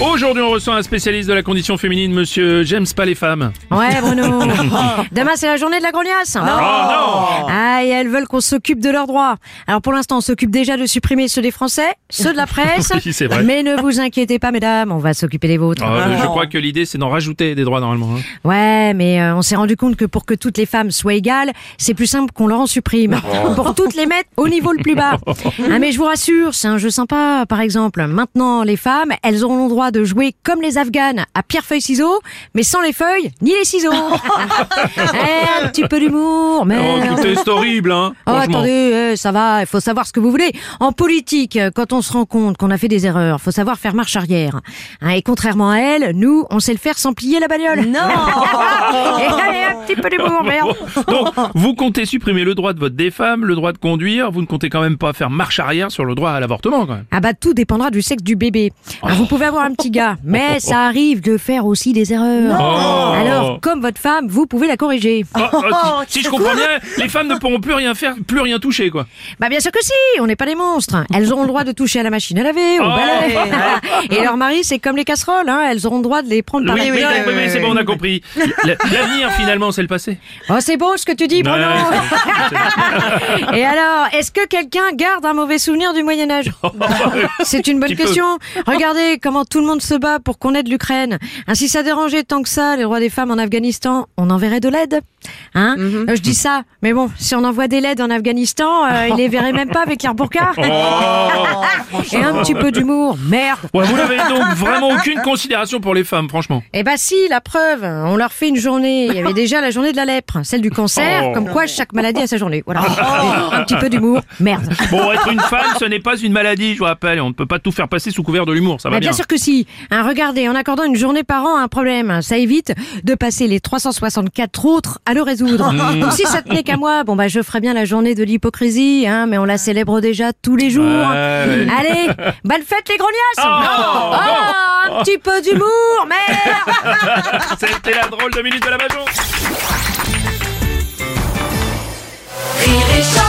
Aujourd'hui, on reçoit un spécialiste de la condition féminine, monsieur James pas les femmes. Ouais, Bruno. Demain, c'est la journée de la grognasse. Ah Aïe, elles veulent qu'on s'occupe de leurs droits. Alors pour l'instant, on s'occupe déjà de supprimer ceux des Français, ceux de la presse. Oui, c'est vrai. Mais ne vous inquiétez pas, mesdames, on va s'occuper des vôtres. non Euh, Je crois que l'idée, c'est d'en rajouter des droits normalement. hein. Ouais, mais euh, on s'est rendu compte que pour que toutes les femmes soient égales, c'est plus simple qu'on leur en supprime. Pour toutes les mettre au niveau le plus bas. Ah, mais je vous rassure, c'est un jeu sympa, par exemple. Maintenant, les femmes, elles auront le droit de jouer comme les Afghanes, à pierre-feuille-ciseaux, mais sans les feuilles ni les ciseaux. Eh, un petit peu d'humour, mais... Oh, écoutez, c'est horrible, hein. Oh, franchement. attendez, eh, ça va, il faut savoir ce que vous voulez. En politique, euh, quand on se rend compte qu'on a fait des erreurs, faut savoir faire marche arrière. Hein, et contrairement à elle, nous, on sait le faire sans plier la bagnole. Non Et allez, un petit peu d'humour, merde Oh, Donc, vous comptez supprimer le droit de vote des femmes, le droit de conduire. Vous ne comptez quand même pas faire marche arrière sur le droit à l'avortement, quand même. Ah bah tout dépendra du sexe du bébé. Alors, vous pouvez avoir un petit gars, mais ça arrive de faire aussi des erreurs. Oh. Alors, comme votre femme, vous pouvez la corriger. Ah, ah, si, si je comprends bien, les femmes ne pourront plus rien faire, plus rien toucher, quoi. Bah bien sûr que si, on n'est pas des monstres. Elles auront le droit de toucher à la machine à laver, au Oh. balai. Et leur mari, c'est comme les casseroles, hein, elles auront le droit de les prendre par Ah, Oui, la oui, tête. oui, oui, c'est bon, on a compris. L- L'avenir, finalement, c'est le passé. Oh, c'est beau ce que tu dis, Bruno. Ouais, Et alors, est-ce que quelqu'un garde un mauvais souvenir du Moyen Âge C'est une Oh, bonne Petit peu. question. Regardez comment tout le monde se bat pour qu'on aide l'Ukraine. Ainsi, si ça dérangeait tant que ça les rois des femmes en Afghanistan, on enverrait de l'aide. Hein Euh, Je dis ça, mais bon, si on envoie des laides en Afghanistan, euh, ils les verraient même pas avec leur burqa. Oh. Et un petit peu d'humour, merde. Ouais, vous n'avez donc vraiment aucune considération pour les femmes, franchement. Eh ben si, la preuve, on leur fait une journée. Il y avait déjà la journée de la lèpre, celle du cancer, Oh. comme quoi chaque maladie a sa journée. Voilà. Oh, Un petit peu d'humour, merde. Bon, être une femme, ce n'est pas une maladie, je vous rappelle. On ne peut pas tout faire passer sous couvert de l'humour, ça va Bah, bien sûr que si. Hein, regardez, en accordant une journée par an à un problème, hein, ça évite de passer les 364 autres à le résoudre. Mmh. Donc, si ça tenait qu'à moi, bon bah je ferais bien la journée de l'hypocrisie, hein, mais on la célèbre déjà tous les jours. Ouais. Allez, bonne fête les grognasses Oh, Oh, Un petit peu d'humour, merde C'était la drôle de minute de la Bajon. Rire et chanson